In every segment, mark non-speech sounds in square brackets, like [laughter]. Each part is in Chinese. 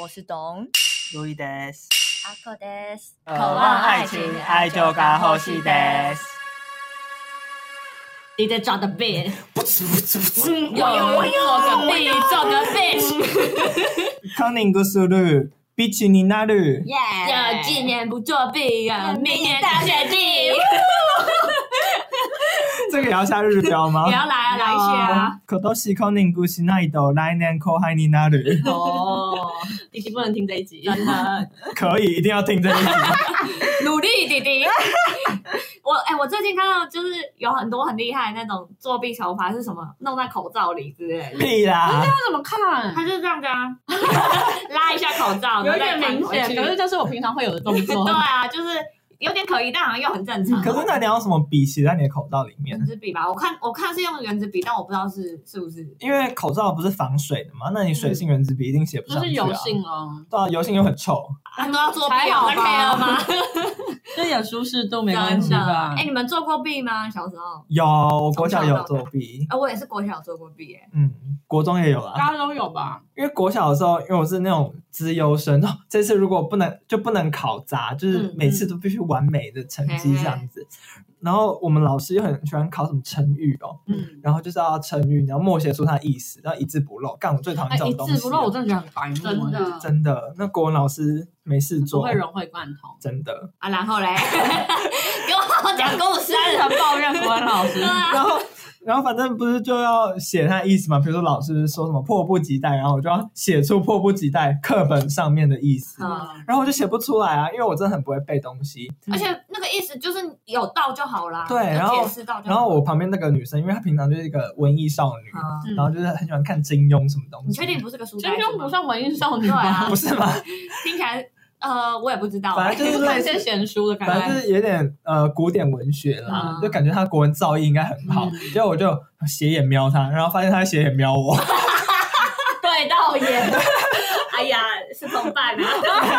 我是董路易德斯，阿克德斯，渴望爱情，爱就该呼吸德。你在抓的 bitch， [laughs] 不吃不吃不吃。有有有的 bitch，抓的 [laughs] bitch，康宁故事路，比起你那路，耶！要今年不作弊 [laughs] 啊，明年大雪地。这个也要下日标吗 [laughs] 你？要来啊，来一些啊！可都是康宁故事那一道，来年可海你 [laughs] 那路， [laughs] 哦，弟弟不能听这一集，真的，可以一定要听这一 [laughs] 集。 [laughs] 努力，弟弟。 [laughs] 我哎、我最近看到就是有很多很厉害的那种作弊手法，是什么弄在口罩里之类的。屁啦！那怎么 [laughs] 看？他就是这样子啊， [laughs] 拉一下口 [laughs] 罩，然有后一再点弹明回显，去可是就是我平常会有的动 [laughs] 作 [laughs] 对。啊，就是有点可疑，但好像又很 [laughs] 正常。可是那你要什么笔写在你的口罩里面原？子笔吧，我看我看是用原子笔，但我不知道是是不是。因为口罩不是防水的嘛，那你水性原子笔一定写不就上是去啊。油性哦，对啊，油性又很臭。啊，都要作弊还好有吧跟 care 吗？这点舒适度没关真系的。吧哎、？你们做过弊吗？小时候？有国小有作弊，啊，我也是国小做过弊、哎，嗯，国中也有啦。大家都有吧？因为国小的时候，因为我是那种资优生，哦，这次如果不能就不能考砸，就是嗯每次都必须完美的成绩这样子。然后我们老师又很喜欢考什么成语哦，嗯，然后就是要成语，然后默写出它的意思，然后一字不漏。干，我最讨厌哎，这一种东西字了。不漏，我真的觉得很白目，哎真的真的，那国文老师没事不做会，融会贯通。真的。啊，然后嘞，给我好好讲故事。很抱怨国文老师 [laughs] 对啊，然后，然后反正不是就要写他的意思嘛？比如说老师说什么迫不及待，然后我就要写出迫不及待课本上面的意思，嗯然后我就写不出来啊，因为我真的很不会背东西。而且那个意思就是有到就好啦，对有然后解释到就好。然后我旁边那个女生，因为她平常就是一个文艺少女，嗯，嗯然后就是很喜欢看金庸什么东西。你确定？不是个书金呆子吗？庸不算文艺少女对吧？啊，不是吗？听起来呃，我也不知道、反正就是 [laughs] 看类一些似。闲书的感反正就觉。是有点呃古典文学啦，嗯就感觉她国文造诣应该很好，结果我就斜眼瞄她，然后发现她斜眼瞄我，对到眼。哎呀，是同伴啊！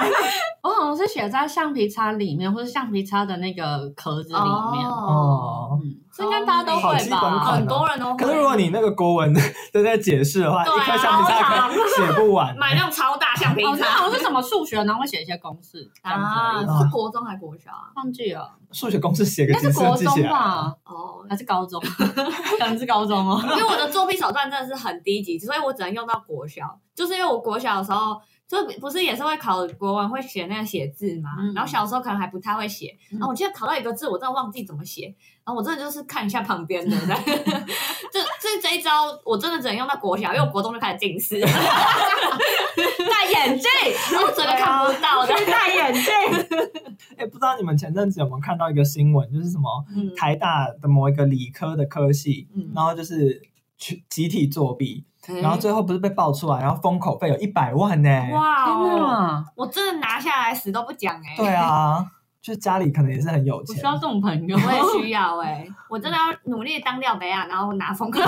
[laughs] 我好像是写在橡皮擦里面，或者橡皮擦的那个壳子里面。哦，嗯，这应该大家都好会基本款吧？哦很多人都会。可是如果你那个国文 [laughs] 都在解释的话，对啊一颗橡皮擦可以写不完。欸买那种超大橡皮哦，啊这擦好像是什么数学，然后会写一些公式这样子而已。啊，是国中还国小啊？忘记了，数学公式写应个该几是次国记起中来啊？吧，哦，还是高 [laughs] 中？可能是高中哦。因为我的作弊手段真的是很低级，所以我只能用到国小。就是因为我国小的时候，就不是也是会考国文，会写那个写字嘛。嗯然后小时候可能还不太会写，嗯然后我记得考到一个字，我真的忘记怎么写，然后我真的就是看一下旁边的。 [laughs] 这这这一招，我真的只能用到国小，因为我国中就开始近视， [laughs] 戴眼镜，然后整个看不到的。戴眼镜，哎，不知道你们前阵子有没有看到一个新闻，就是什么嗯台大的某一个理科的科系，嗯然后就是去集体作弊，然后最后不是被爆出来，然后封口费有一百万呢。哇天哦，哪！我真的拿下来死都不讲哎、对啊，就家里可能也是很有我需钱。要这种朋友。我也需要哎、我真的要努力地当廖北亚，然后拿封口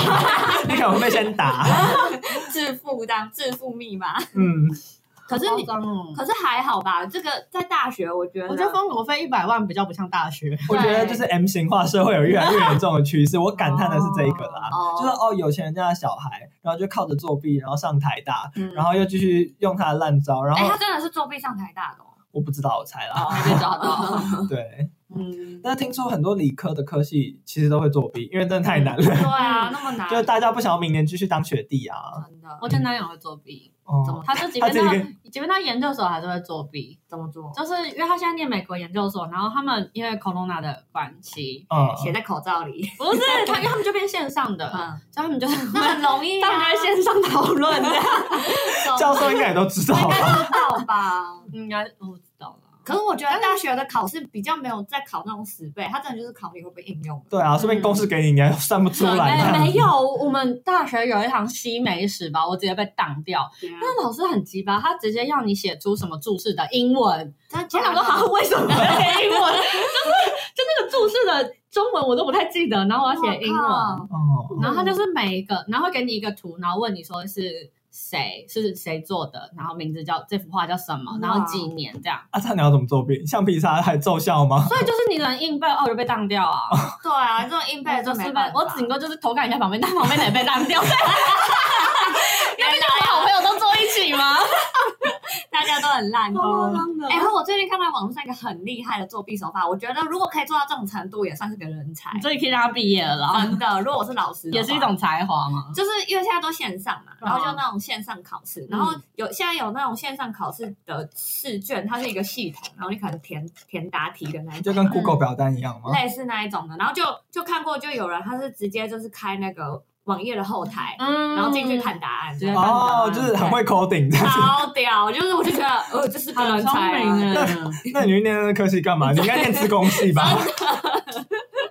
你可能会被先 [laughs] 打。致富当致富密码。嗯，可是好你，夸张哦可是还好吧？这个在大学，我觉得，我觉得封口费一百万比较不像大学。我觉得就是 M 型化社会有越来越严重的趋势，我感叹的是这一个啦。就是哦，哦，有钱人家的小孩，然后就靠着作弊，然后上台大，嗯然后又继续用他的烂招，然哎、后他真的是作弊上台大的、哦，我不知道，我猜啦。还被抓哦到， [laughs] 对，嗯，但是听说很多理科的科系其实都会作弊，因为真的太难对了，啊，那么难，就是大家不想要明年继续当学弟啊。真的，我前男友会作弊，怎么哦，他就即他便自己到跟即便到研究所还是会作弊，怎么做？就是因为他现在念美国研究所，然后他们因为 corona 的关系，嗯，写在口罩 [laughs] 里，不是他，因为他们就变线上的，嗯，所 [laughs] 以他们就那很容易、啊，他们就会线上讨论这样。教授应该也都知道应 [laughs] 该吧？知道吧？应该我不知道了。可是我觉得大学的考试比较没有在考那种死背，他真的就是考你会不会应用的。对啊，说不定公式给你，你还算不出来哎、呢。没有，我们大学有一堂西美史吧，我直接被挡掉。啊那老师很鸡巴，他直接要你写出什么注释的英文，真的假我想说的？啊，为什么要写英文？就是就那个注释的中文我都不太记得，然后我要写英文，我哦，然后他就是每一个，然后会给你一个图，然后问你说是谁是谁做的，然后名字叫这幅画叫什么，然后几年这样。啊，这你要怎么作弊？橡皮擦还奏效 [laughs] 吗？所以就是你能硬背，哦，我就被当掉啊！靠对啊，这种硬背的就就是没被办法。我 [laughs] 顶多就是偷看一下旁边，但旁边的也被当掉。因为毕竟我们好朋友都坐一起嘛，都很烂。[laughs] 哐啷的哎、我最近看到网络上一个很厉害的作弊手法，我觉得如果可以做到这种程度，也算是个人才。所以可以让他毕业了啦，真的，如果我是老师，也是一，种才华嘛。就是因为现在都线上嘛，嗯然后就那种线上考试，然后有现在有那种线上考试的试卷，它是一个系统，然后你可能填填答题的那一就种，跟 Google 表单一样吗？类似那一种的，然后就就看过，就有人他是直接就是开那个网页的后台，嗯然后进去看答案，直接看哦，就是很会 coding 这样子。超屌，就是我就觉得，呃，这是个很人聪才啊、明哎，那你去念那个科系干 [laughs] 嘛？你应该念自工系吧？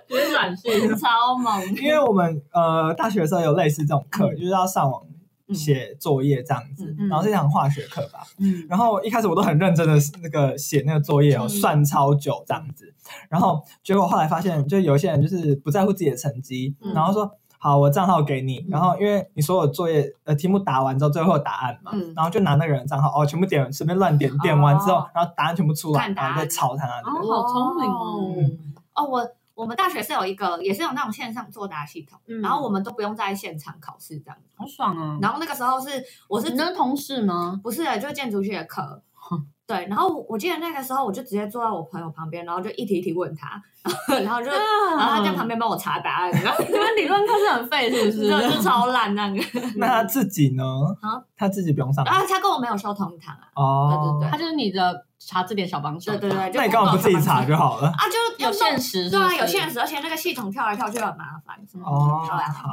只是软性。超猛，因为我们呃大学的时候有类似这种课，就是要上网嗯写作业这样子，嗯然后是一堂化学课吧。嗯，然后一开始我都很认真的那个写那个作业哦，嗯算超久这样子。然后结果后来发现，就有一些人就是不在乎自己的成绩，嗯然后说好，我账号给你。然后因为你所有作业呃题目答完之后，最后有答案嘛，嗯然后就拿那个人的账号哦，全部点随便乱点，点完之后，哦然后答案全部出来，看答案然后再抄他那哦里。好聪明哦哦！哦，我我们大学是有一个，也是有那种线上作答系统，嗯然后我们都不用在现场考试这样子。好爽啊！然后那个时候是我是你跟同事吗？不是就是建筑系的 [laughs] 课。对，然后我我记得那个时候，我就直接坐在我朋友旁边，然后就一题一题问他， [laughs] 然后就，然后他在旁边帮我查答案，然后你们啊理论课是很废，是不 [laughs] 是？就就超烂那个。那他自己呢啊？他自己不用上然后他跟我没有修同一堂啊，哦。对对他就是你的查字典小帮手。对对对，就那你干嘛不自己查就就好了？啊？就有限限时对啊，有限限时，而且那个系统跳来跳去很麻烦，什么哦，对啊，好。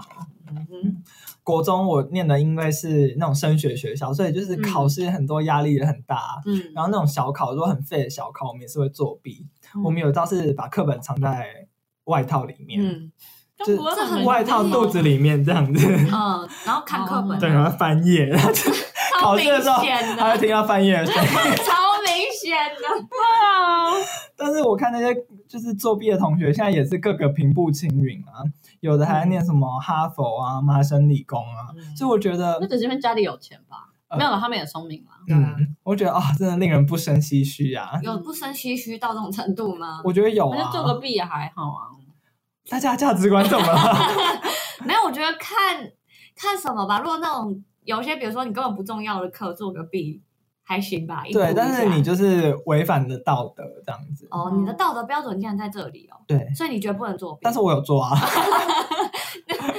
嗯哼国中我念的因为是那种升学学校，所以就是考试很多压力也很大。嗯，然后那种小考，如果很废的小考，我们也是会作弊。嗯我们有一招是把课本藏在外套里面，嗯就不会这很很外套肚子里面这样子。 [laughs] 嗯，然后看课本，哦对，然后翻页， [laughs] 然后就超考试明的时候显还会的，听到翻页的声音。 [laughs] 超明显的，啊！但是我看那些就是作弊的同学，现在也是各个平步青云啊，有的还念什么哈佛啊、麻省理工啊，嗯所以我觉得那只是因为家里有钱吧？呃没有了，他们也聪明了。对啊嗯，我觉得啊、真的令人不生唏嘘啊。有不生唏嘘到这种程度吗？我觉得有我觉啊得，做个弊也还好啊。大家的价值观怎么 [laughs] 了？没有，我觉得看看什么吧。如果那种有些，比如说你根本不重要的课做个弊，还行吧。应付对，一但是下你就是违反了道德这样子。哦，你的道德标准竟然在这里哦，对，所以你觉得不能做弊？但是我有做啊，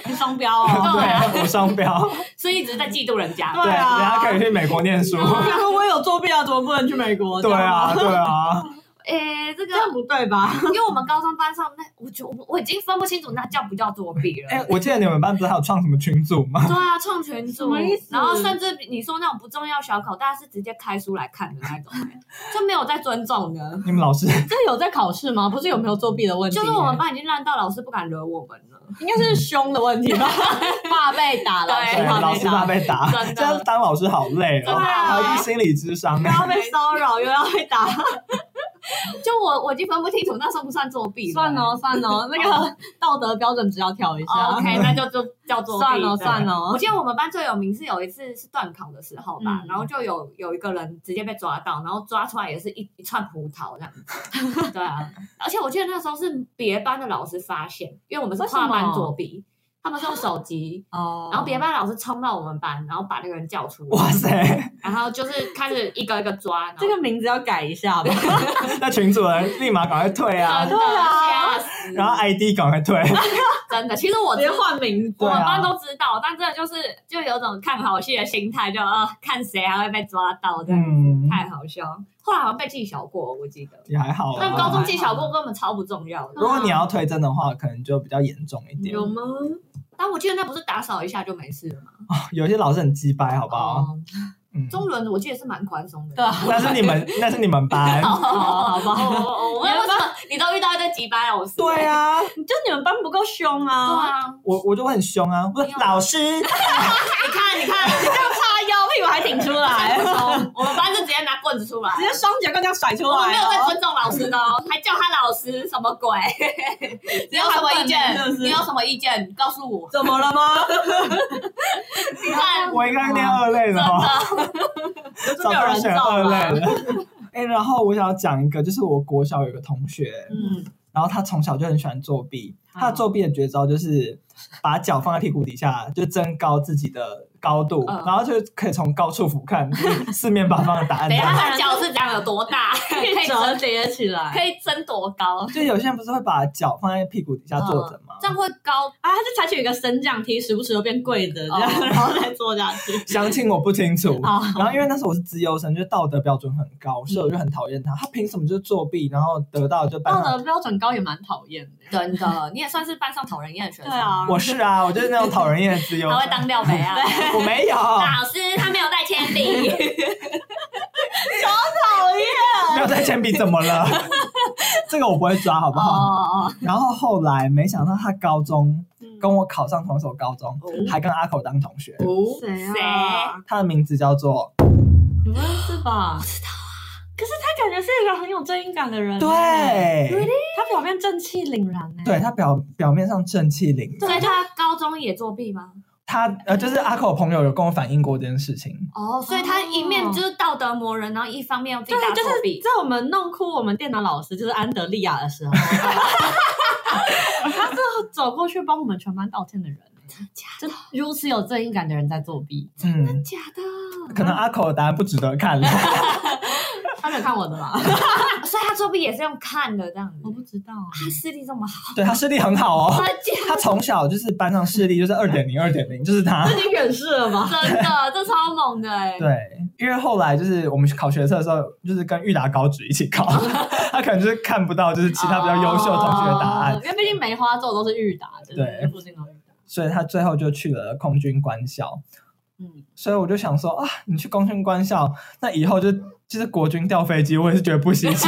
你双标哦。对啊 [laughs] 对，我双标， [laughs] 所以一直在嫉妒 [laughs] 人家。对啊人家可以去美国念 [laughs] 书。哦他说我有作弊啊，怎么不能去美国？对啊，这样吗，对啊， [laughs] 诶，这个这样不对吧？因为我们高中班上那，我就我我已经分不清楚那叫不叫作弊了。哎、我记得你们班不是还有创什么群组吗？对啊，创群什组么意，思然后甚至你说那种不重要小考，大家是直接开书来看的那种，就没有在尊重的。你们老师这有在考试吗？不是有没有作弊的问题？就是我们班已经烂到老师不敢惹我们了，应该是凶的问题吧？ [laughs] 怕被打，老对师对怕老被师怕打，被打，真的这样当老师好累真哦，的啊还要去心理智商又。要被骚扰，又要被打。就我我已经分不清楚那算不算作弊了。算哦，算 [laughs] 哦，那个道德标准只要调一下。 o k 那就就叫作弊。算了对算哦了我记得我们班最有名是有一次是断考的时候吧，嗯然后就有有一个人直接被抓到，然后抓出来也是一一串葡萄这样 [laughs] 子。对啊，而且我记得那时候是别班的老师发现，因为我们是跨班作弊，他们是用手机。哦然后别班老师冲到我们班，然后把那个人叫出来，哇塞，然后就是开始一个一个抓，然后这个名字要改一下吧。那群主人立马赶快退啊真，的对啊吓死，然后 ID 赶快退， [laughs] 真的，其实我直知接换名字我对啊们班都知道，但真的就是就有种看好戏的心态，就呃看谁还会被抓到这样子，嗯，太好笑。后来好像被记小过，我记得。也还好但高中啊。记小过根本超不重要的。如果你要推真的话，可能就比较严重一点。有吗？但我记得那不是打扫一下就没事了吗？ [laughs] 有些老师很鸡掰，好不好？哦，嗯，中伦我记得是蛮宽松的。对啊那是你 [laughs] 们，那是你们班。好哦吧，哦哦，我为什么你都遇到一堆急班老师？对啊，就你们班不够凶对啊，啊！我我就会很凶啊，不是没有老师，你看你看，这样叉腰，屁股还挺出 [laughs] 来，我们班是直接拿棍子出来，直接双节棍这样甩出我们没来有在哦。尊重老师的哦，还叫他老师，什么鬼？你有什么意是不见？是你有什么意见？告诉我。哦怎么了 [laughs] 吗？你看，我应该念二类的哈，就是早没有上人选造二 [laughs] 吧？类的。哎，然后我想要讲一个，就是我国小有个同学， [laughs] 嗯，然后他从小就很喜欢作弊，他的作弊的绝招就是把脚放在屁股底下，就增高自己的高度，嗯然后就可以从高处俯瞰就是四面八方的答案 [laughs] 等这一下样。他的脚是长有多 [laughs] 大？可以折折，叠起来。可以增多高？就有些人不是会把脚放在屁股底下坐着吗？这样会高啊，他是采取一个升降梯，时不时就变跪着这样，哦然后再坐 [laughs] 下去。详情我不清楚。好然后因为那时候我是资优生，就是道德标准很高，所以我就很讨厌他。他凭什么就是作弊，然后得到就班道上？德标准高也蛮讨厌的。真的，你也算是班上讨人厌的学生。对，啊，我是啊，我就是那种讨人厌的资优他生。会当掉杯啊。我没有，老师他没有带铅 [laughs] 笔，没有带铅笔怎么了？这个我不会抓，好不好？哦，然后后来没想到他高中嗯跟我考上同一所高中，还跟阿口当同学。哦谁啊？谁他的名字叫做你不认识吧？不知道啊。可是他感觉是一个很有正义感的人。，欸对，他表面正气凛然欸呢。对他表表面上正气凛然。所以他高中也作弊吗？他呃，就是阿口朋友有跟我反映过这件事情，哦，所以他一面就是道德磨人，然后一方面又自己大对，就是作弊。在我们弄哭我们电脑老师，就是安德利亚的时候，他是走过去帮我们全班道歉的人。欸就如此有正义感的人在作弊，嗯，假的，可能阿口的答案不值得看了。他没有看我的吧？所以他作弊也是用看的这样子 [laughs] 我。不知道，啊他视力这么好，对他视力很好哦，他 [laughs] 假他从小就是班上视力就是二点零、二点零，就是他。已经远视了吧？真的，这超猛的哎。对，因为后来就是我们考学测的时候，就是跟裕达高职一起考，他可能就是看不到就是其他比较优秀同学的答案，哦因为毕竟梅花座都是裕达的，对附近都裕达。所以他最后就去了空军官校。嗯，所以我就想说啊，你去空军官校，那以后就就是国军调飞机，我也是觉得不稀奇。是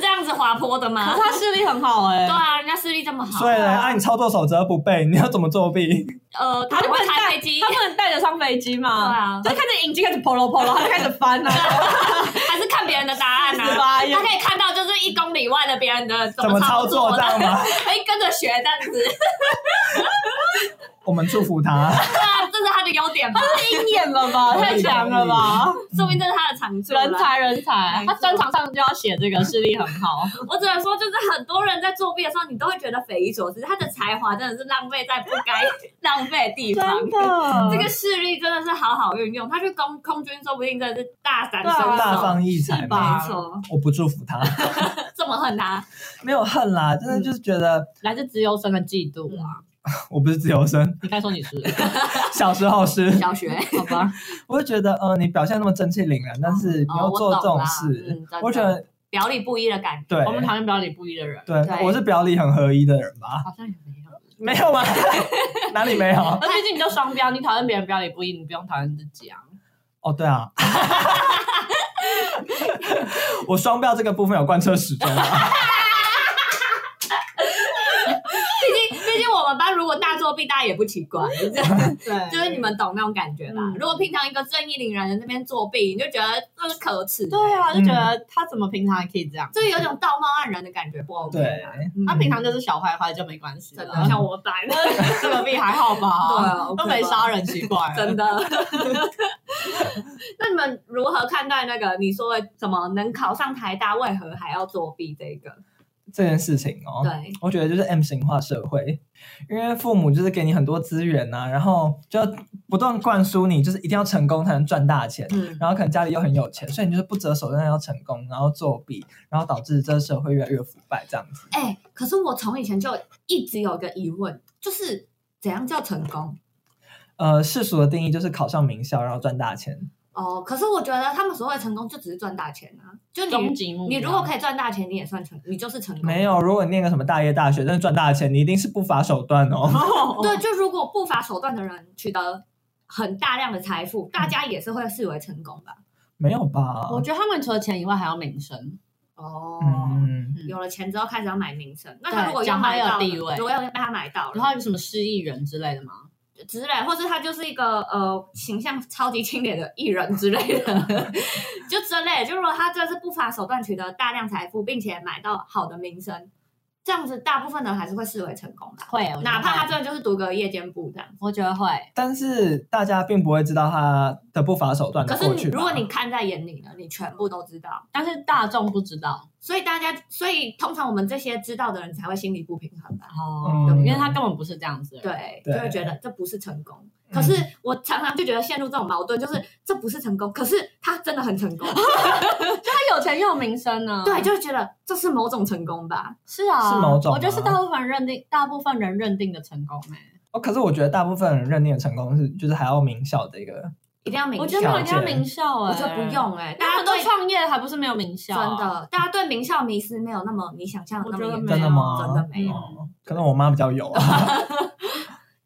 这样子滑坡的吗可是？他视力很好哎，对啊，人家视力这么好，所以呢，啊，你操作手则不背，你要怎么作弊？ [laughs] 呃，他很会开飞机他，不能带得上飞机嘛？对啊就看着影机开始 polo polo，他就开始翻啊，还是看别人的答案是 [laughs] 啊？吧？他可以看到就是一公里外的别人的怎么操作的这样吗？可以跟着学这样子，我们祝福他。对啊，这是他的优点吧？鹰眼了吧？太强了吧！说明这是他的长处啦人才人才，没错他专场上就要写这个视力很好，我只能说，就是很多人在作弊的时候，你都会觉得匪夷所思。他的才华真的是浪费在不 [laughs] 该浪费的地方。的这个视力真的是好好运用，他去空空军说不定真的是大展身对手。啊大放异彩是嘛吧。没错，我不祝福他， [laughs] 这么啊恨他，没有恨啦，真的就是觉得 [laughs] 来自自由生的嫉妒啊！我不是自由生， [laughs] 你该说你是小时候是，小学 [laughs] 好吧？我就觉得，呃，你表现那么正气凛然，但是你哦又我做这懂种啦事，哦嗯真我觉的得表里不一的感觉。对我，们讨厌表里不一的人，对，对我是表里很合一的人吧？好像也没有。没有吗？哪里没有？[laughs] 那毕竟你就双标，你讨厌别人表里不一，你不用讨厌自己啊。哦，对啊，我双标这个部分有贯彻始终啊。毕竟，毕竟我们班如果大作弊，大家也不奇怪，你知道吗对就是你们懂那种感觉吧？嗯如果平常一个正义凛然的那边作弊，你就觉得这是可耻，对啊，就觉得他怎么平常还可以这样？就是有种道貌岸然的感觉，不 OK 对啊。，他平常就是小坏坏就没关系真了，的像我班，这个病还好对吧？啊都没杀人，奇怪。啊真的。 [laughs] 那你们如何看待那个你说的怎么能考上台大，为何还要作弊这个？这件事情哦，对，我觉得就是 M 型化社会，因为父母就是给你很多资源呐、然后就不断灌输你，就是一定要成功才能赚大钱。嗯，然后可能家里又很有钱，所以你就是不择手段要成功，然后作弊，然后导致这社会越来越腐败这样子。哎、可是我从以前就一直有一个疑问，就是怎样叫成功？呃，世俗的定义就是考上名校，然后赚大钱。哦，可是我觉得他们所谓的成功就只是赚大钱啊，就终你极目标你如 [laughs] 果可以赚大钱，你也算成，你就是成功。没有，如果你念个什么大业大学，但是赚大钱，你一定是不乏手段哦。 [laughs] 对，就如果不法手段的人取得很大量的财富，大家也是会视为成功吧？没有吧？我觉得他们除了钱以外还要名声，哦，嗯，有了钱之后开始要买名声，那他对如果讲话买要有到地了位如果要被他买到了，然后有什么市议员之类的吗？之类，或者他就是一个呃形象超级清廉的艺人之类的， [laughs] 就之类。就如果他真的是不法手段取得大量财富，并且买到好的名声，这样子大部分人还是会视为成功的啊、会，我觉得哪怕他会真的就是读个夜间部这样。我觉得会，但是大家并不会知道他的不法手段可的是过你去吧。如果你看在眼里呢，你全部都知道，但是大众不知道所以大家，所以通常我们这些知道的人才会心理不平衡吧？哦嗯因为他根本不是这样子的人。对，对就会觉得这不是成功。嗯可是我常常就觉得陷入这种矛盾，就是这不是成功，可是他真的很成哦功，他有钱又有名声呢。 [laughs] 对，就会觉得这是某种成功吧。是啊，是某种我觉得是吗大部分认定，大部分人认定的成功哎、哦，可是我觉得大部分人认定的成功是，就是还要名校的一个，一定要明我觉得没有校人家名校哎、我觉得不，用哎、大大家家都对创业还不是没有名校、啊真，的，大家对名校迷失没有那么你想象的那么我觉严得重，真没有的吗？真的没有。哦可能我妈比较有啊。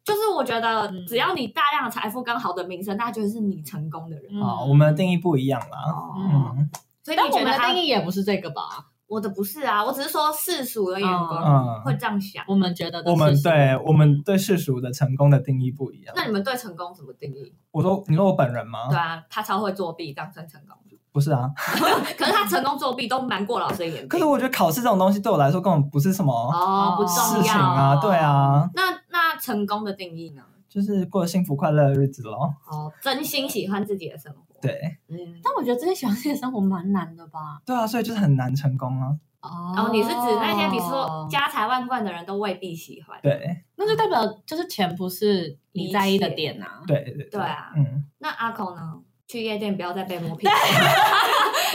就是我觉得嗯只要你大量的财富跟好的名声，大家觉得是你成功的人。 [laughs] 嗯哦，我们的定义不一样啦。哦，嗯所以但你我觉们得的他定义也不是这个吧？我的不是啊，我只是说世俗的眼嗯光会这样想。我们觉得的我们是什么对我们对世俗的成功的定义不一样。那你们对成功怎么定义？我说，你说我本人吗？对啊，他超会作弊，这样算成功。不是啊，可是他成功作弊都瞒过老师的眼睛。可是我觉得考试这种东西对我来说根本不是什么哦，不事重情要哦啊，对。啊，那那成功的定义呢？就是过幸福快乐的日子咯。哦，真心喜欢自己的生活。，对，嗯。但我觉得这些喜欢自己的生活蛮难的吧？对啊，所以就是很难成功啊。哦哦，你是指那些比如说家财万贯的人都未必喜欢。对那就代表就是钱不是你在意的点啊。对对对对啊嗯，那阿孔呢？去夜店不要再被磨 [laughs] 屁股，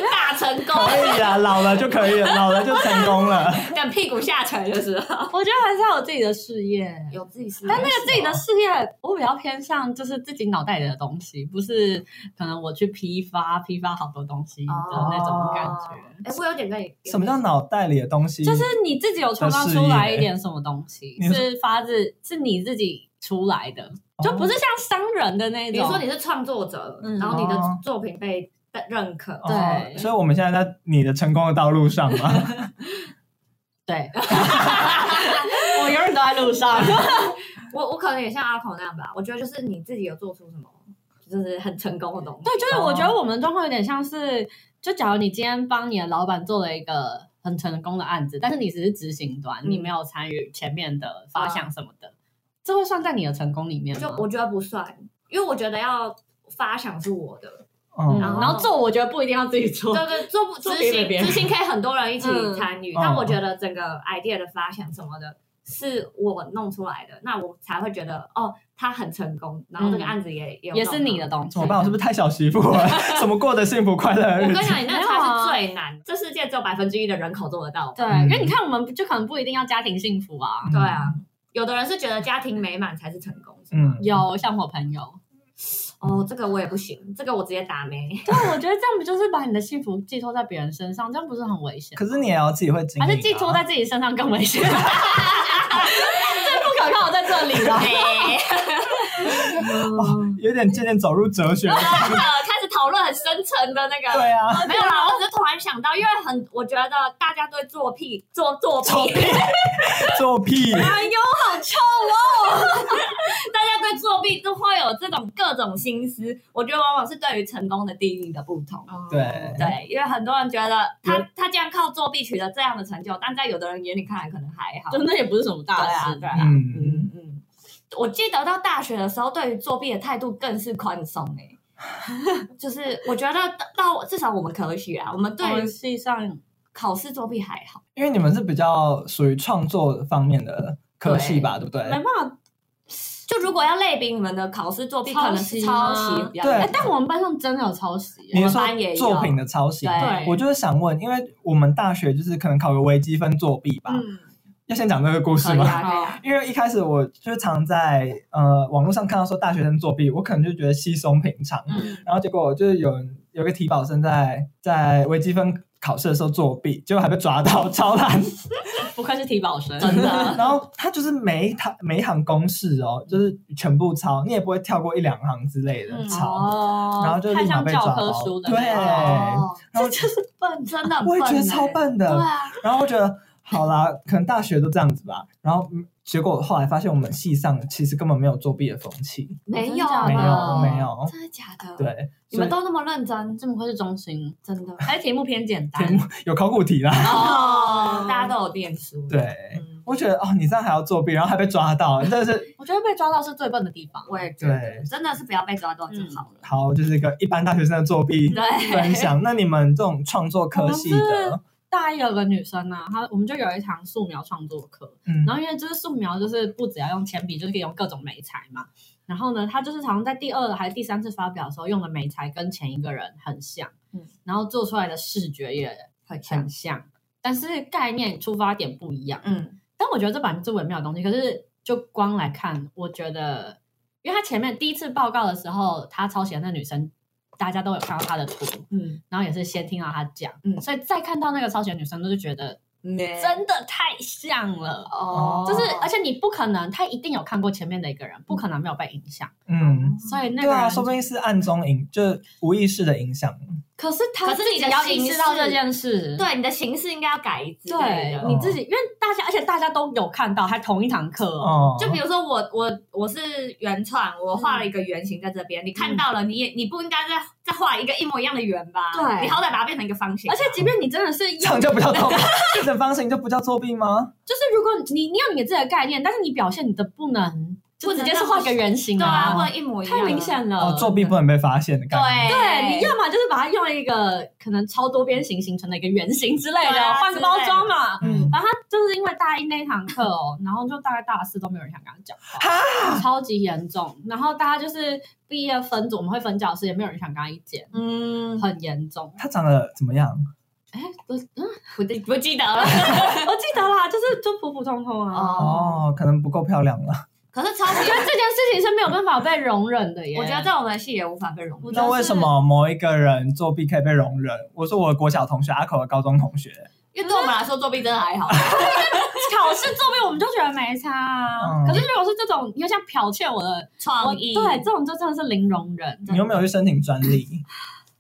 大成功，可以啊，老了就可以了，老了就成功了。等屁股下垂的时候，我觉得还是要有自己的事业，哦有自己是。但那个自己的事业，我比较偏向就是自己脑袋里的东西，不是可能我去批发批发好多东西的那种感觉。哎，我有点跟你什么叫脑袋里的东西？就是你自己有创呃造出来一点什么东西，的事业是发自是你自己出来的，哦就不是像商人的那比种。如说你是创作者，嗯然后你的哦作品被认可，哦对所以我们现在在你的成功的道路上嘛。对， [laughs] 我永远都在路 [laughs] 上。我我可能也像阿孔那样吧，我觉得就是你自己有做出什么，就是很成功的东西。对，就是我哦觉得我们状况有点像是，就假如你今天帮你的老板做了一个很成功的案子，但是你只是执行端，嗯你没有参与前面的发想什么的，这会算在你的成功里面吗？就我觉得不算，因为我觉得要发想是我的，嗯，嗯，然后做我觉得不一定要自己 [laughs] 做。对对，做不执做别行别人执行可以很多人一起嗯参与，哦但我觉得整个 idea 的发想什么的。是我弄出来的，那我才会觉得哦，他很成功，然后这个嗯案子也、也也是你的东东西，怎啊么办？我是不是太小媳妇了？怎么过得幸福快乐的我跟日你子？讲，你那没有才啊是最难，这世界只有百分之一的人口做得到。对，嗯因为你看，我们就可能不一定要家庭幸福啊。嗯对啊，有的人是觉得家庭美满才是成功，是吗？嗯，有像我 [laughs] 朋友，哦，这个我也不行，这个我直接打没。对，我觉得这样不就是把你的幸福寄托在别人身上，这样不是很危险？可是你也要自己会经历、啊，还是寄托在自己身上更 [laughs] 危险。最不可靠在这里了。哎有点渐渐走入哲学。真的开始讨论很深层的那个。对啊，没有啦，我只是突然想到，因为很，我觉得大家对作弊、做作作 [laughs] 弊弊，作屁，哎呦，好臭哦！ [laughs] 大家对作弊都会有这种各种心思，我觉得往往是对于成功的定义的不同。对对，因为很多人觉得他他竟然靠作弊取得这样的成就，但在有的人眼里看来可能还好。真的也不是什么大对啊，事。对啊，嗯，嗯嗯。我记得到大学的时候，对于作弊的态度更是宽松诶。就是我觉得到到至少我们科学啊，我们对我们于系上考试作弊还好。因为你们是比较属于创作方面的科系吧，对不对没？办法就如果要类比你们的考试作弊，可能是抄抄袭袭比较对哎、但我们班上真的有抄袭耶、你是我说们班也有作品的抄袭？对我就是想问，因为我们大学就是可能考个微积分作弊吧，嗯，要先讲这个故事可以吗？啊，可以啊。因为一开始我就是常在呃网络上看到说大学生作弊，我可能就觉得稀松平常，嗯，然后结果就是有人有个体保生在在微积分考试的时候作弊，结果还被抓到， [laughs] 超烂。不愧是体保生，真 [laughs] 的。然后他就是每一堂每一行公式哦，就是全部抄，你也不会跳过一两行之类的嗯抄。哦，然后就立太马像被教抓科包书的对那种，然后这就是笨。真的很我笨也欸，觉得超笨对的，啊，然后我觉得好啦，可能大学都这样子吧。然后嗯结果后来发现我们系上其实根本没有作弊的风气，没有真假吧，的没有没有，真的假的？，对，你们所以都那么认真，这么快是中心？真的。哎，题目偏简 [laughs] 单题目有考古题啦。哦大家都有念书。，对，嗯我觉得哦，你这样还要作弊，然后还被抓到，真的是我觉得被抓到是最笨的地方。我也觉得对，真的是不要被抓到就好了。好，就是一个一般大学生的作嗯弊分对，享。那你们这种创作科系的，大一有个女生啊，她我们就有一堂素描创作课，嗯，然后因为就是素描，就是不只要用铅笔，就是可以用各种媒材嘛。然后呢，他就是好像在第二还是第三次发表的时候用的媒材跟前一个人很像，嗯然后做出来的视觉也很像很像，但是概念出发点不一样。嗯，但我觉得这本来是微妙的东西，可是就光来看，我觉得，因为他前面第一次报告的时候，他抄袭的那女生，大家都有看到她的图，嗯然后也是先听到她讲，嗯所以再看到那个抄袭的女生，都就觉得嗯，真的太像了。哦，就是，而且且你不可能，他一定有看过前面的一个人，不可能没有被影响。嗯，所以那对个啊，人，说不定是暗中影，就是无意识的影响。可是他可是自你己的要形意式识到这件事，对你的形式应该要改之类对，的。哦哦你自己，因为大家，而且大家都有看到，还同一堂课哦。哦，就比如说我我我是原创，我画嗯了一个圆形在这边，你看到了，你也你不应该再再画一个一模一样的圆吧？对你好歹把它变成一个方形啊吧。而且，即便你真的是这用，样就不叫作弊， [laughs] 这种方形就不叫作弊吗？就是如果你你有你自己的概念，但是你表现你的不能，就不能直接是画一个圆形嗯对啊，或啊，者一模一样，太明。显了。哦，作弊不能被发现的对感觉。，哎对啊你要么就是把它用一个可能超多边形形成的一个圆形之类对的，啊换个包装嘛。嗯，然后他就是因为大一那一堂课哦，然后就大概大四都没有人想跟他讲话，超级严重。然后大家就是毕业分组，我们会分教室，也没有人想跟他意见，嗯，很严重。他长得怎么样？哎，我嗯，不记不记得了。我记 [laughs] 得啦，就是就普普通通啊。哦，哦，可能不够漂亮了。可是抄我袭觉，得这件事情是没有办法被容忍的耶。我觉得在我们的戏也无法被容忍。那为什么某一个人作弊可以被容忍？我说我的国小同学，阿口的高中同学，因为对我们来说作弊真的还好。考试作弊，我们就觉得没差啊。嗯可是如果是这种，你又像剽窃我的，我创意对这种就真的是零容忍。你有没有去申请专 [laughs] 利？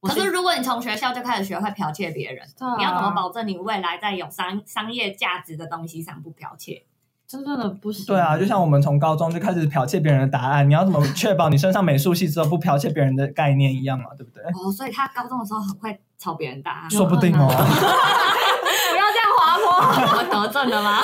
我可是嗯如果你从学校就开始学会剽窃别人，对啊你要怎么保证你未来在有商商业价值的东西上不剽窃？真正的不行？对啊，就像我们从高中就开始剽窃别人的答案，你要怎么确保你身上美术系之后不剽窃别人的概念一样嘛？对不嗯对？哦，所以他高中的时候很会抄别人答案。说不定有哦可。不要这样滑坡，啊我得证了吗？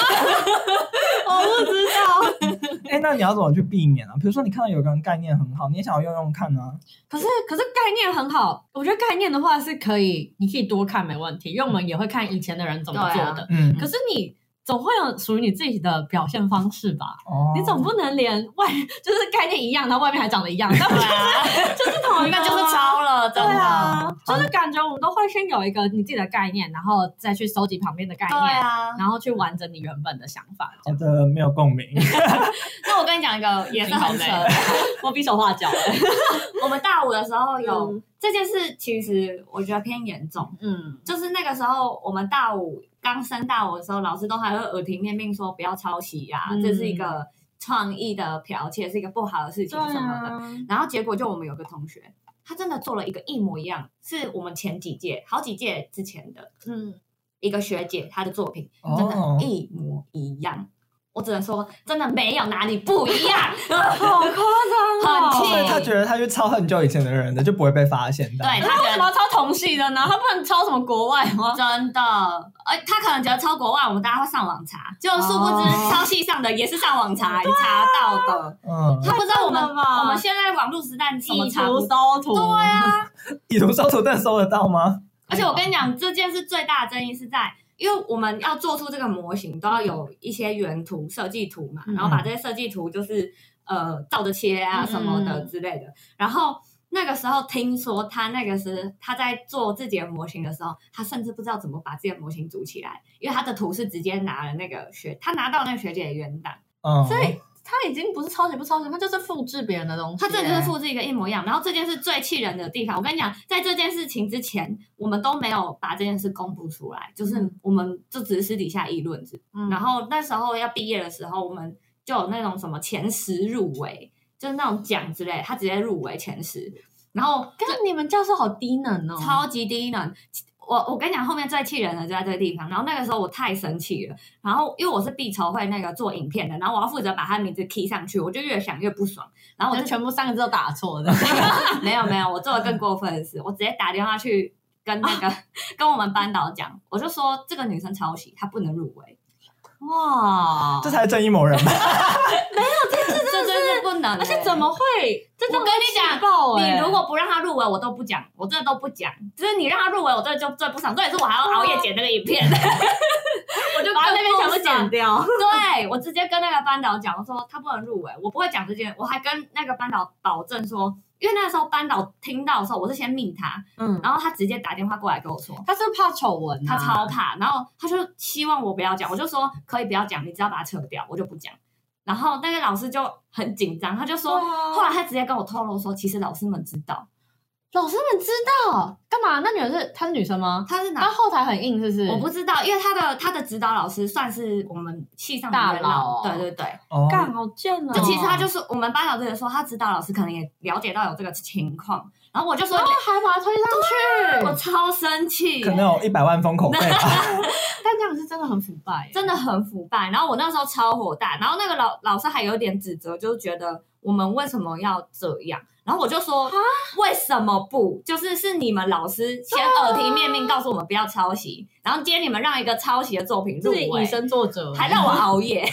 我不知道。 [laughs] 哎，那你要怎么去避免啊？比如说你看到有个人概念很好，你也想要用用看啊。 [laughs] 可是可是概念很好，我觉得概念的话是可以，你可以多看没问题，因为我们也会看以前的人怎么做对啊的。嗯，可是你总会有属于你自己的表现方式吧？哦，你总不能连外 [laughs] 就是概念一样，然后外面还长得一样， [laughs] 那不对啊， [laughs] 就是同一个那吗就是抄。了，对真 [laughs] 的。啊，就是感觉我们都会先有一个你自己的概念，然后再去收集旁边的概对念，啊，然后去完整你原本的想法。这好样的，没有共鸣。 [laughs] [laughs] 那我跟你讲一个也是很扯你好 [laughs] 的，我比手画脚了。我们大五的时候有、这件事，其实我觉得偏严重。嗯，就是那个时候，我们大五刚升大五的时候，老师都还会耳提面命说不要抄袭呀、嗯这是一个创意的剽窃，是一个不好的事情对什么的。啊，然后结果就我们有个同学，他真的做了一个一模一样，是我们前几届、好几届之前的嗯，一个学姐她的作品，真哦的，一模一样。我只能说，真的没有哪里不一 [laughs] 样。好夸张哦，很气所以他觉得他去抄很久以前的人的，就不会被发现的。对那哎他他为觉得什么要抄同系的呢？他不能抄什么国外吗？ [laughs] 真的，哎，他可能觉得抄国外，我们大家会上网查，就殊不知哦抄系上的也是上网查、查到的。嗯，他不知道我们啊太笨了吧我们现在网络时代什么意查图不到。搜图，对啊，以图搜图，但搜得到吗？而且我跟你讲，这件事最大的争议是在，因为我们要做出这个模型，都要有一些原图、设计图嘛，嗯然后把这些设计图就是呃照着切啊什么的嗯之类的。然后那个时候听说他那个时他在做自己的模型的时候，他甚至不知道怎么把自己的模型组起来，因为他的图是直接拿了那个学，他拿到那个学姐的原档。嗯，所以他已经不是抄袭不抄袭，他就是复制别人的东西。他这就是复制一个一模一样。然后这件事最气人的地方，我跟你讲，在这件事情之前，我们都没有把这件事公布出来，就是嗯我们就只是私底下议论着。嗯，然后那时候要毕业的时候，我们就有那种什么前十入围，就是那种奖之类，他直接入围前十，然后跟你们教授好低能哦，超级低能。我我跟你讲，后面最气人的就在这个地方。然后那个时候我太生气了，然后因为我是必筹会那个做影片的，然后我要负责把他名字 key 上去，我就越想越不爽。然后我就就全部三个字都打错的。 [laughs] 没有没有，我做了更过分的事，我直接打电话去跟那啊个、 [laughs] 跟我们班导讲，我就说这个女生抄袭，她不能入围。哇，这才是正义魔人 [laughs] 吧？这这真是不能、而且怎么会？这我跟你讲爆哎、你如果不让她入围，我都不讲，我这都不讲。就是你让她入围，我这就最不爽。重点是我还要熬夜剪那个影片， [laughs] 我就把把那那边边全全部部剪剪。掉，对我直接跟那个班导讲，我说她不能入围，我不会讲这件，我还跟那个班导保证说，因为那时候班导听到的时候，我是先密他，嗯，然后他直接打电话过来跟我说，他是不是怕丑闻、他啊超怕，然后他就希望我不要讲，我就说可以不要讲，你只要把它扯掉，我就不讲。然后那个老师就很紧张，他就说，哇后来他直接跟我透露说，其实老师们知道老师们知道干嘛？那女的是她是女生吗？他是哪她，后台很硬，是不是？我不知道，因为他的他的指导老师算是我们系上的大元老，佬对对对，哦，干，好贱哦！就其实他就是我们班导师也说，他指导老师可能也了解到有这个情况，然后我就说然，后还把她推上去，我超生气，可能有一百万封 [laughs] 口碑吧。但这样是真的很腐败，真的很腐败。然后我那时候超火大，然后那个老老师还有点指责，就是觉得我们为什么要这样？然后我就啊说为什么不？就是是你们老师先耳提面命告诉我们不要抄袭，然后今天你们让一个抄袭的作品入自己以围，身作则，还让我熬 [laughs] 夜，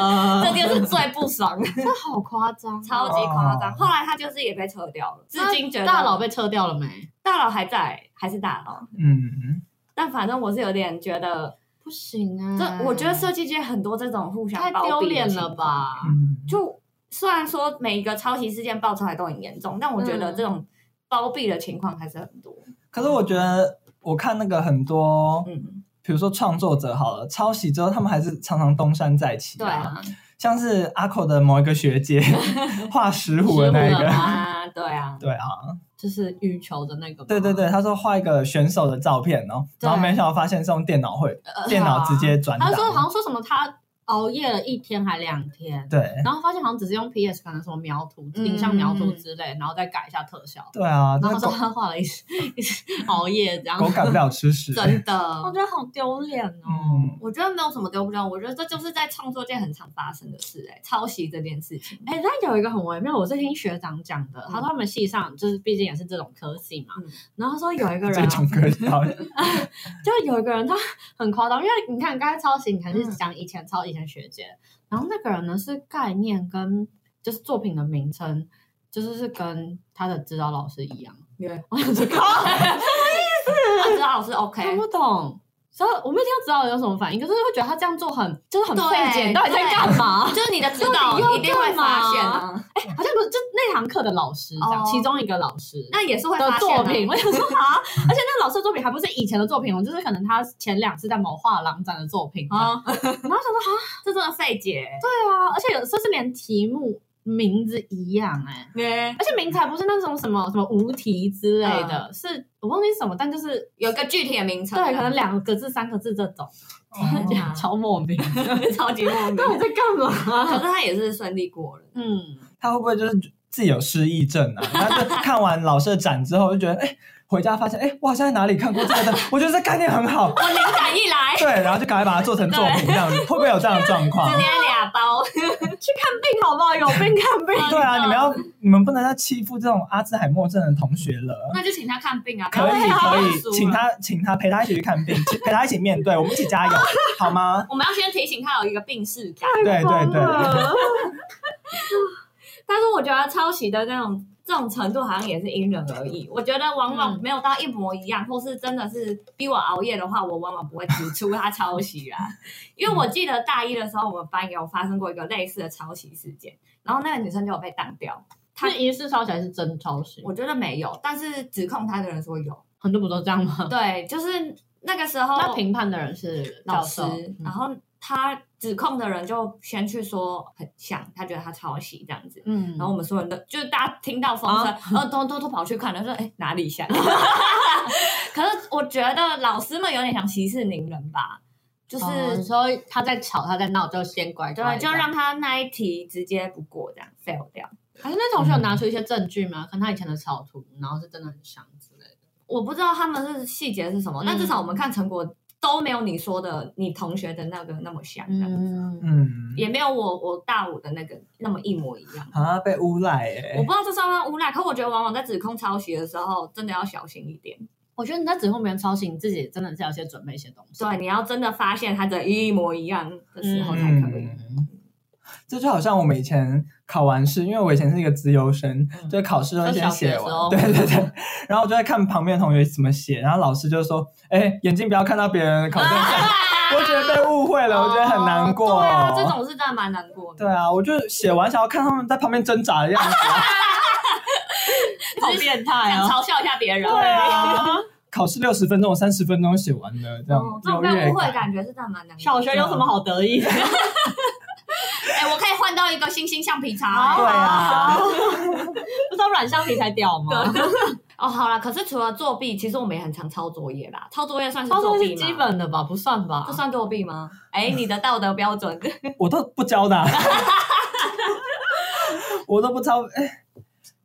呃这就是最不 [laughs] 爽的，这好夸张哦，啊超级夸张。后来他就是也被撤掉了，至今觉得大佬被撤掉了没？大佬还在，还是大佬。嗯，但反正我是有点觉得，不行啊，这我觉得设计界很多这种互相太包庇的丢脸情了况吧？嗯，就虽然说每一个抄袭事件爆出来都很严重，但我觉嗯得这种包庇的情况还是很多。可是我觉得我看那个很多，嗯，比如说创作者好了，抄袭之后他们还是常常东山再起、对啊，像是阿口的某一个学 [laughs] 姐画石虎的那一石虎的个，啊，对啊，对啊，就是羽球的那个，对对，对，他说画一个选手的照片哦，然后对没想到发现是用电脑 [laughs] 绘，电脑直接转档啊他，说好像说什么他熬夜了一天还两天。对然后发现好像只是用 PS 可能什么描图、嗯影像描图之类，然后再改一下特效。对啊，然那后 [laughs] 说狗他画了一一 [laughs] 熬夜这样，狗改不了吃屎，真我的。觉得好丢脸哦。嗯，我觉得没有什么丢不丢，我觉得这就是在创作界很常发生的事、哎，抄袭这件事情。哎、但有一个很微妙，我是听学长讲的，他说他们系上就是毕竟也是这种科系嘛，嗯然后他说有一个 [laughs] 人这啊、种可笑，就有一个人他很夸张，因为你看刚才抄袭，你还嗯是讲以前抄以前学姐，然后那个人呢是概念跟就是作品的名称，就是是跟他的指导老师一样，因为我想这个啊指导老师 OK，看不懂。所以我没有听到指导有什么反应，可是会觉得他这样做很就是很费解，对你到底在干嘛？就是你的指导到底要一定会发现干啊， [laughs] 好像不是，就那堂课的老师这样，哦其中一个老师那也是会的发现、啊、作品， [laughs] 我想说啊，而且那个老师的作品还不是以前的作品，哦，就是可能他前两次在某画廊展的作品啊，啊，然后想说啊，这真的费解、对啊，而且有时候是连题目名字一样哎、对，而且名字还不是那种什么什么无题之类的，是我忘记什么，但就是有一个具体的名称，嗯对，可能两个字、三个字这种，哦啊超莫名，超级莫名。到底在干嘛？可是他也是顺利过了。嗯，他会不会就是自己有失忆症啊？他就看完老师的展之后就觉得，哎，回家发现，哎，我好像在哪里看过这个的，我觉得这概念很好，我灵感一来，对，然后就赶快把它做成作品这样子，会不会有这样的状况直？接俩包。 [laughs] 去看 [laughs] 病好不好？有病看病。 [laughs] 对啊，你们要你们不能再欺负这种阿兹海默症的同学了。那就请他看病啊！可不要以让可以，输了请。他请他陪他一起去看病，请陪他一起面对，我们一起加油，好吗？我们要先提醒他有一个病逝感，对对对，但是我觉得抄袭的那种这种程度好像也是因人而异。我觉得往往嗯没有到一模一样，或是真的是逼我熬夜的话，我往往不会指出他抄袭 [laughs] 啦。因嗯为我记得大一的时候，我们班有发生过一个类似的抄袭事件，然后那个女生就有被挡掉。他疑似抄起来是真抄袭，我觉得没有，但是指控他的人说有。很多不都这样吗？对，就是那个时候 [laughs] 那评判的人是老教师授，，然后他指控的人就先去说很像，他觉得他抄袭这样子。嗯，然后我们所有人都就是大家听到风声，啊然后都都都跑去看，他说：“哎，哪里像？” [laughs] 可是我觉得老师们有点想息事宁人吧，就是、哦你说他在吵，他在闹，啊就先乖乖对，这就样，让他那一题直接不过，这样 fail 掉。哎还是那同学有拿出一些证据吗？可能他以前的草图，然后是真的很像之类的。我不知道他们是细节是什么，但至少我嗯们看成果都没有你说的你同学的那个那么像，这样子嗯，嗯，也没有我我大五的那个那么一模一样。啊，被诬赖哎、我不知道这算不算诬赖，可我觉得往往在指控抄袭的时候，真的要小心一点。我觉得你在指控别人抄袭，你自己真的是要先准备一些东西。对，你要真的发现他的一模一样的时候才可以。嗯，这就好像我们以前考完试，因为我以前是一个资优生，嗯就是考试都会就小先学写的时候完，对对对，然后我就会看旁边的同学怎么写，然后老师就说：“哎，眼睛不要看到别人考卷上。 [laughs] 我觉得被误会了，我觉得很难过。哦对啊，这种是真的蛮难过的。对啊，我就写完想要看他们在旁边挣扎的样子啊、好变态 [laughs] 想哦！嘲笑一下别人。对啊，考试六十分钟，三十分钟写完了，这样哦，这优种被越误会的感觉是真的蛮难过 [laughs] 小的。学有什么好得意的？哎、我可以换到一个星星橡皮擦、对 [laughs] 啊，不知道软橡皮才屌吗？哦，好啦，可是除了作弊，其实我们也很常抄作业啦。抄作业算是他作说弊是吗？基，本的吧，不算吧这？算作弊吗？哎、你的道德标 [laughs] 准我都不教的啊、 [laughs] 我都不抄。哎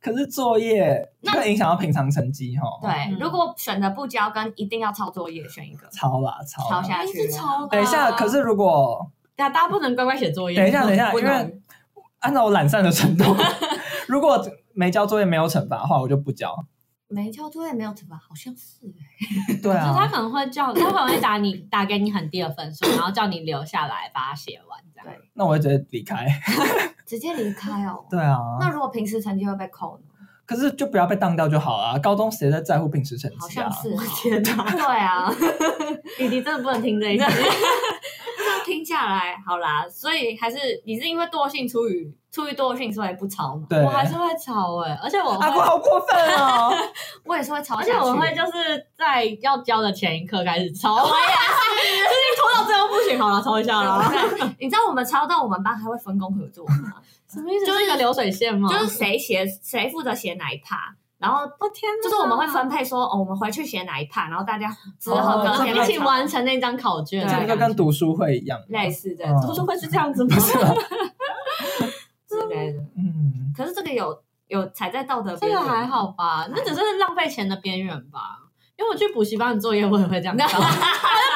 可是作业那会影响到平常成绩哈。嗯对，如果选择不交跟一定要抄作业，选一个抄啦抄啦抄下去。是抄的啊等一下，可是如果大家不能乖乖写作业。等一下，等一下，不因能为按照我懒散的程度，如果没交作业没有惩罚的话，我就不交。没交作业没有惩罚，好像是哎、对可是他啊，可能会 [laughs] 叫，他可能会打你，打给你很低的分数，然后叫你留下来把它写完，这样。对那我会直接离开。直接离开哦。对啊，那如果平时成绩会被扣呢？可是就不要被当掉就好啊。高中谁在在乎平时成好绩啊像？是、哦， [laughs] 天哪，对 [laughs] 啊。弟弟真的不能听 [laughs] 这一句。听下来，好啦，所以还是你是因为惰性出于出于惰性，所以不抄嘛。对，我还是会吵哎、而且我会，阿 [laughs] 姑好过分 [laughs] 哦。我也是会抄而下去，且我会就是在要交的前一刻开始吵，我也是， [laughs] 就是拖到最后不行，好了，吵一下 [laughs] 啦。对啊你知道我们抄到我们班还会分工合作吗？什么意思？就是一个流水线吗？就是谁写谁负责写哪一趴，然后我哦天哪，就是我们会分配说，哦，我们回去写哪一趴，然后大家之后哦隔天一起抄完成那张考卷，这对个跟读书会一样，类似的嗯读书会是这样子吗？之类的。嗯，可是这个有有踩在道德哦这边个缘，还好吧，那只是浪费钱的边缘吧。因为我去补习班的作业，我也会这样抄，反正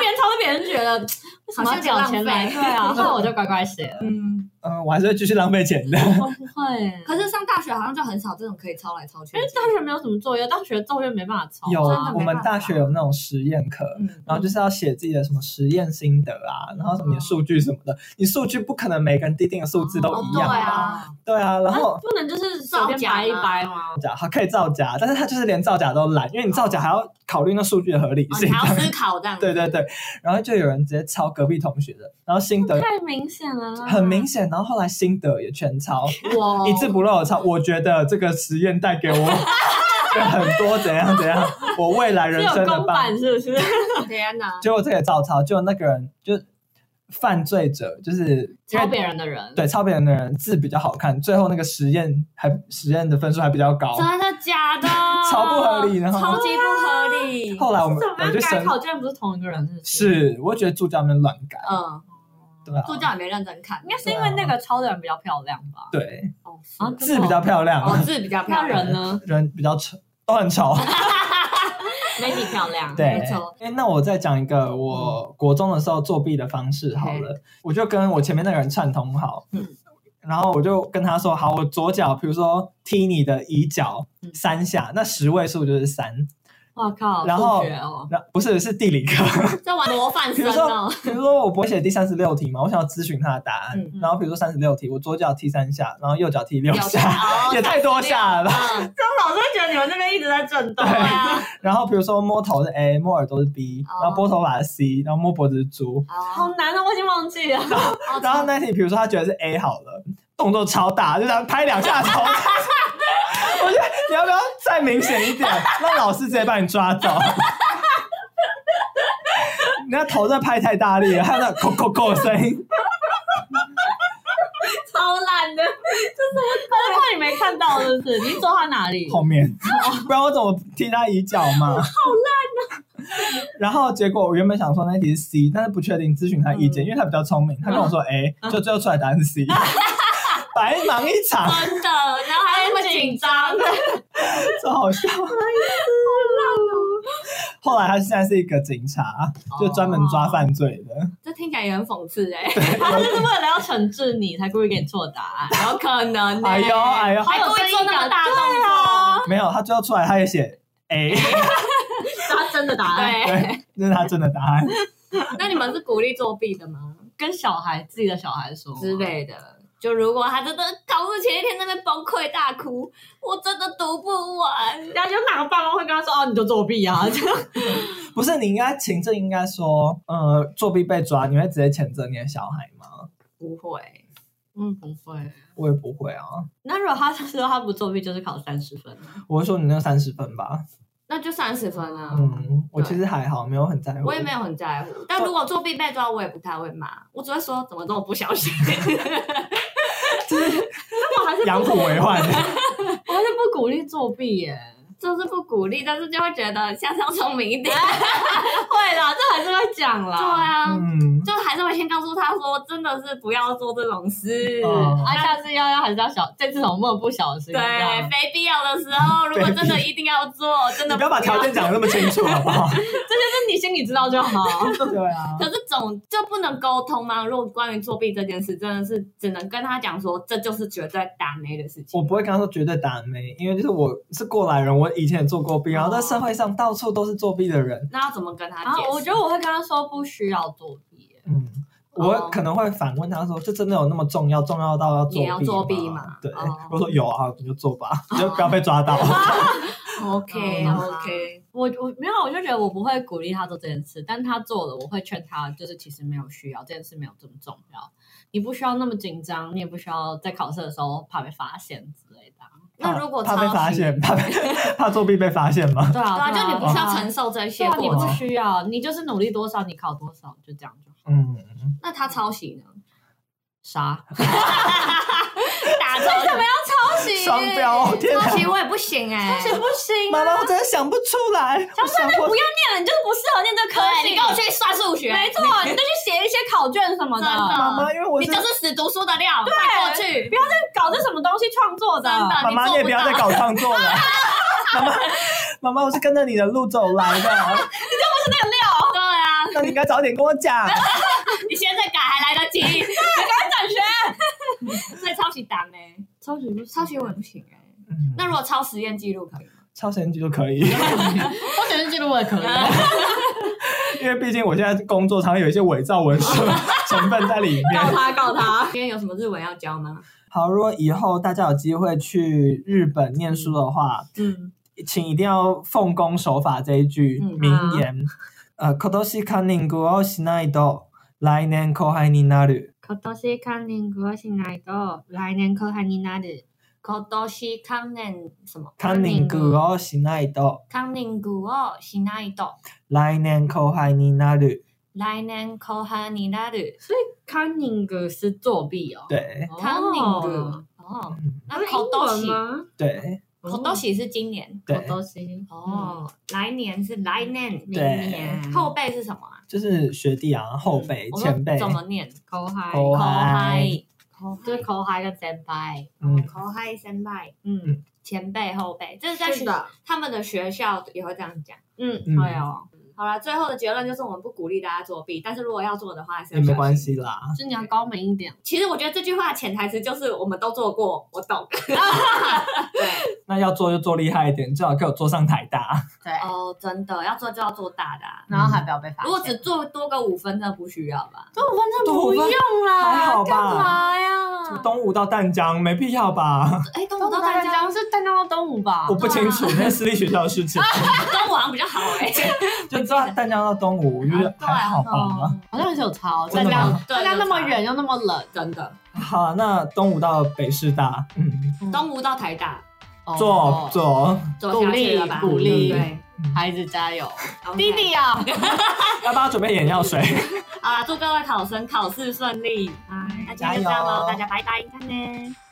别人抄，别人觉得为什么要缴钱来？好像对啊，后来我就乖乖写了。嗯。呃，我还是会继续浪费钱的。我不会，可是上大学好像就很少这种可以抄来抄去因的为。大学没有什么作业，大学作业没办法抄。有真的没我们办大法学有那种实验课，嗯，然后就是要写自己的什么实验心得啊，然后什么你的数据什么的，你数据不可能每个人规定的数字都哦一对样吧？啊，对啊，然后不能就是随便掰一掰吗造？假好可以造假，但是他就是连造假都懒，因为你造假还要考虑那数据的合理哦你性。还要思考这 [laughs] 样。对对对，然后就有人直接抄隔壁同学的，然后心得太明显了啦，很明显，然后后来心得也全抄，哦我一字不漏的抄。我觉得这个实验带给我 [laughs] 很多怎样怎样，我未来是人有生的公帮版是不是？天哪！结果这个照抄，就那个人就犯罪者，就是因抄为别人的人，对抄别人的人字比较好看，最后那个实验还实验的分数还比较高。真的假的？ [laughs] 超不合理然后超级不合理。后来我们怎么我样就改生考卷不是同一个人？是不是，是，我觉得助教们乱改，嗯，对啊，助教也没认真看应，该是因为那个抄的人比较漂亮吧？对哦，啊真的字比较漂亮，哦字比较漂那亮。人呢？人比较丑，都很丑。没你漂亮。对没错，哎，那我再讲一个我国中的时候作弊的方式好了，我就跟我前面那个人串通好，嗯然后我就跟他说，好，我左脚，比如说踢你的乙脚嗯三下，那十位数就是三，我靠，然后数学哦，那不是是地理课，在玩模范比生如说哦，比如说我不会写第三十六题嘛，我想要咨询他的答案，嗯嗯然后比如说三十六题，我左脚踢三下，然后右脚踢六有下， [laughs] 哦嗯也太多下了吧。嗯，张老师觉得你们那边一直在震动对啊，然后比如说摸头是 A，摸耳朵是 B，、哦然后拨头发是 C，然后摸脖子是猪。好好，难啊，我已经忘记了。然后那题比如说他觉得是 A 好了，动作超大，就想拍两下头。 [laughs] 我觉得你要不要再明显一点，让老师直接把你抓走。 [laughs] 你那头真的拍太大力了，还有那扣扣扣的声音。超烂的，就是他是怕你没看到，是不是？你是坐他哪里？后面，不然我怎么踢他一脚嘛？好烂啊！ [laughs] 然后结果我原本想说那题是 C，但是不确定咨询他意见，因为他比较聪明，他跟我说 A，、就最后出来答案是 [laughs] C，白忙一场，真 [laughs] 的，然后还那么紧张，超好笑。后来他现在是一个警察，就专门抓犯罪的。这听起来也很讽刺哎、欸 [laughs] 他就是为了要惩治你，才故意给你啊错答案。有可能、[laughs] 欸。哎呦哎呦，还故意做那么大动对啊作，没有，他最后出来他也写 A，他真的答案，对。对，那是他真的答案。那你们是鼓励作弊的吗？跟小孩自己的小孩说之类的？就如果他真的考试前一天在那边崩溃大哭，我真的读不完。然后有哪个爸妈会跟他说：“哦，你就作弊啊？” [laughs] 这样不是，你应该情证应该说，呃，作弊被抓，你会直接谴责你的小孩吗？不会，嗯，不会。我也不会啊，那如果他说他不作弊，就是考三十分，我会说你那三十分吧。那就三十分啊。嗯，我对其实还好，没有很在乎。我也没有很在乎，但如果作弊被抓，我也不太会骂，我只会说怎么这么不小 [laughs] 心。那我还是养虎为患。我还是不鼓励作弊耶。就是不鼓励，但是就会觉得下次要聪 [laughs] 明一点。会啦，这还是会讲对啦。啊，嗯，就还是会先告诉他说，真的是不要做这种事。嗯啊，下次要要还是要小，这次我们不小心。对，啊非必要的时候，如果真 [laughs] 的一定要做，真你的不要把条件讲的那么清楚，好不好？那你心里知道就好。对啊可，是总就不能沟通吗？如果关于作弊这件事，真的是只能跟他讲说，这就是绝对打没的事情。我不会跟他说绝对打没，因为就是我是过来人，我以前也做过弊，然后在社会上到处都是作弊的人。那要怎么跟他然解后释？啊我觉得我会跟他说不需要作弊耶。嗯，哦我可能会反问他说：“这真的有那么重要，重要到要作也要作弊吗吗？”对哦，我说有啊，你就做吧，你就不要被抓到。 OK 嗯 OK，我我没有，啊我就觉得我不会鼓励他做这件事，但他做了，我会劝他，就是其实没有需要，这件事没有这么重要，你不需要那么紧张，你也不需要在考试的时候怕被发现之类的啊。 [laughs] 那如果怕被抄袭发现， [laughs] 怕被怕作弊被发现吗？对啊，对啊，就你不需要承受受这对些啊，你过不程。需要，你就是努力多少，你考多少，就这样就好。嗯，那他抄袭呢？啥？打错什么要抄袭双标，天哪抄！袭我也不行哎、这不行妈妈，我真的想不出来。我想不不要念了，你就是不适合念这科对，系。你跟我去算数学，没错，你就去写一些考卷什么的，真的妈妈，因为我你是就是死读书的料，快过去。搞这什么东西创作的。真的妈妈，你做你不也不要再到搞创 [laughs] 作了。妈妈，妈妈，我是跟着你的路走来 [laughs] 的，对啊，那你应该早点跟我讲。你现在改还 [laughs] 来得及，赶快转学。 [laughs] 所以抄袭党呢？超级不抄袭我也不行哎、嗯那如果抄实验记录可以吗？超神奇就可以，超前记录我也可以。因为毕竟我现在工作常有一些伪造文书成分在里告面。他，告他。今天有什么日文要教吗？好，如果以后大家有机会去日本念书的话， [laughs] 嗯，请一定要奉公守法这一句嗯名言。呃，今年カンニングをしないと来年後輩になる。今年カンニングをしないと来年後半になる。今年関連什么？カンニングをしないとカンニングをしないと来年後輩になる。来年後半になる。カンニング是作弊哦。对哦，カンニング哦，嗯，那是英今文年吗？对今年是今年对，今年哦，来年是来年，嗯明年后辈是什么啊？就是学弟啊、后辈、我说前辈怎，么念？口嗨，口嗨后就是口嗨跟前輩。嗯，口嗨先輩，嗯，前辈后辈，这是在学的，他们的学校也会这样讲。嗯，嗯对哦，好了，最后的结论就是我们不鼓励大家作弊，但是如果要做的话，还是也没要小心关。系啦。就是你要高明一点。其实我觉得这句话的潜台词就是我们都做过，我 [laughs] 懂。对，那要做就做厉害一点，最好给我做上台大。对，哦，真的要做就要做大的啊、然后还不要被发 [laughs] 现。如果只做多个五分，真的不需要吧？这五分钟 [laughs] 不用啊啦，还好吧干嘛什么呀？东吴到淡江没必要 [laughs] 吧？哎，东东吴武到到大淡江江，是淡江到东武吧我？不清楚，啊那是私立学校的事 [laughs] 情。东吴好像比较好哎、就知道淡江到东吴，啊就是对还好吧。哦，好像很是有超，真的吗对大家那么远又那么冷，真的。好，那东吴到北师大，嗯，东吴到台大，哦做做，做下去了吧？鼓励对对孩子加油， OK 弟弟啊！要帮他准备眼药水。好啦，祝各位考生考试顺利。那今天就这样喽，大家拜拜，再见。